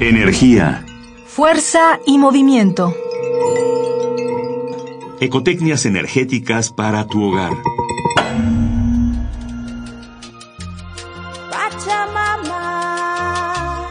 Energía. Fuerza y movimiento. Ecotecnias energéticas para tu hogar. Pachamama,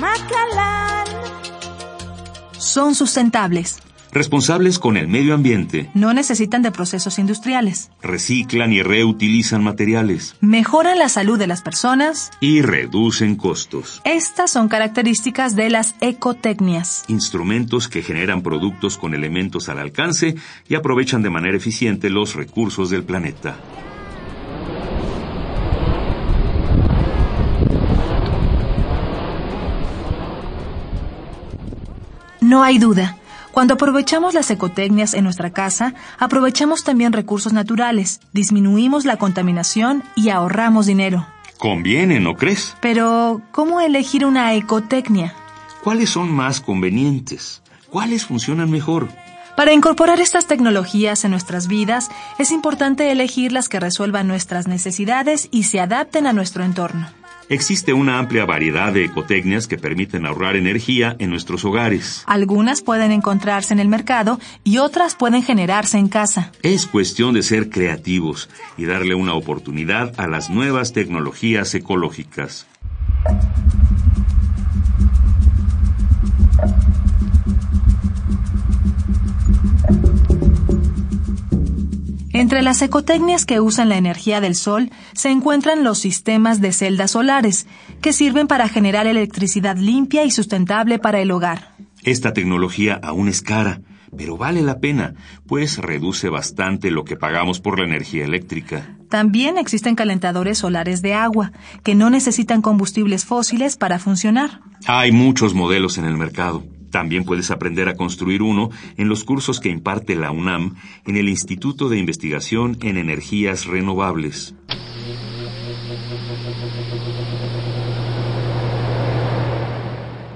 Macalán, Son sustentables. Responsables con el medio ambiente. No necesitan de procesos industriales. Reciclan y reutilizan materiales. Mejoran la salud de las personas. Y reducen costos. Estas son características de las ecotecnias. Instrumentos que generan productos con elementos al alcance y aprovechan de manera eficiente los recursos del planeta. No hay duda. Cuando aprovechamos las ecotecnias en nuestra casa, aprovechamos también recursos naturales, disminuimos la contaminación y ahorramos dinero. Conviene, ¿no crees? Pero, ¿cómo elegir una ecotecnia? ¿Cuáles son más convenientes? ¿Cuáles funcionan mejor? Para incorporar estas tecnologías en nuestras vidas, es importante elegir las que resuelvan nuestras necesidades y se adapten a nuestro entorno. Existe una amplia variedad de ecotecnias que permiten ahorrar energía en nuestros hogares. Algunas pueden encontrarse en el mercado y otras pueden generarse en casa. Es cuestión de ser creativos y darle una oportunidad a las nuevas tecnologías ecológicas. Entre las ecotecnias que usan la energía del sol se encuentran los sistemas de celdas solares, que sirven para generar electricidad limpia y sustentable para el hogar. Esta tecnología aún es cara, pero vale la pena, pues reduce bastante lo que pagamos por la energía eléctrica. También existen calentadores solares de agua, que no necesitan combustibles fósiles para funcionar. Hay muchos modelos en el mercado. También puedes aprender a construir uno en los cursos que imparte la UNAM en el Instituto de Investigación en Energías Renovables.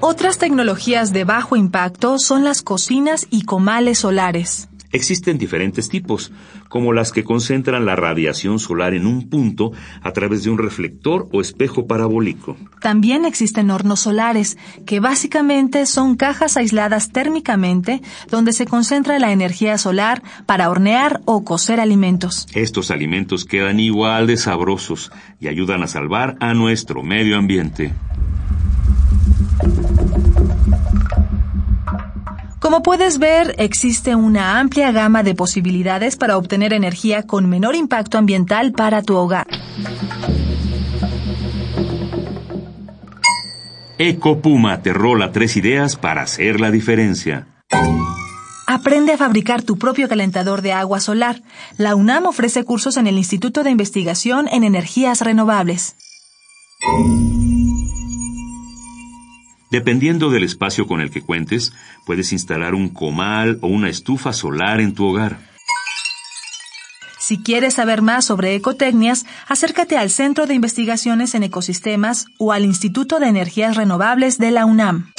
Otras tecnologías de bajo impacto son las cocinas y comales solares. Existen diferentes tipos, como las que concentran la radiación solar en un punto a través de un reflector o espejo parabólico. También existen hornos solares, que básicamente son cajas aisladas térmicamente donde se concentra la energía solar para hornear o cocer alimentos. Estos alimentos quedan igual de sabrosos y ayudan a salvar a nuestro medio ambiente. Como puedes ver, existe una amplia gama de posibilidades para obtener energía con menor impacto ambiental para tu hogar. Ecopuma te rola tres ideas para hacer la diferencia. Aprende a fabricar tu propio calentador de agua solar. La UNAM ofrece cursos en el Instituto de Investigación en Energías Renovables. Dependiendo del espacio con el que cuentes, puedes instalar un comal o una estufa solar en tu hogar. Si quieres saber más sobre ecotecnias, acércate al Centro de Investigaciones en Ecosistemas o al Instituto de Energías Renovables de la UNAM.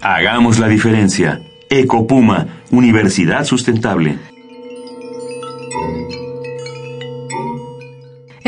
Hagamos la diferencia. Ecopuma, Universidad Sustentable.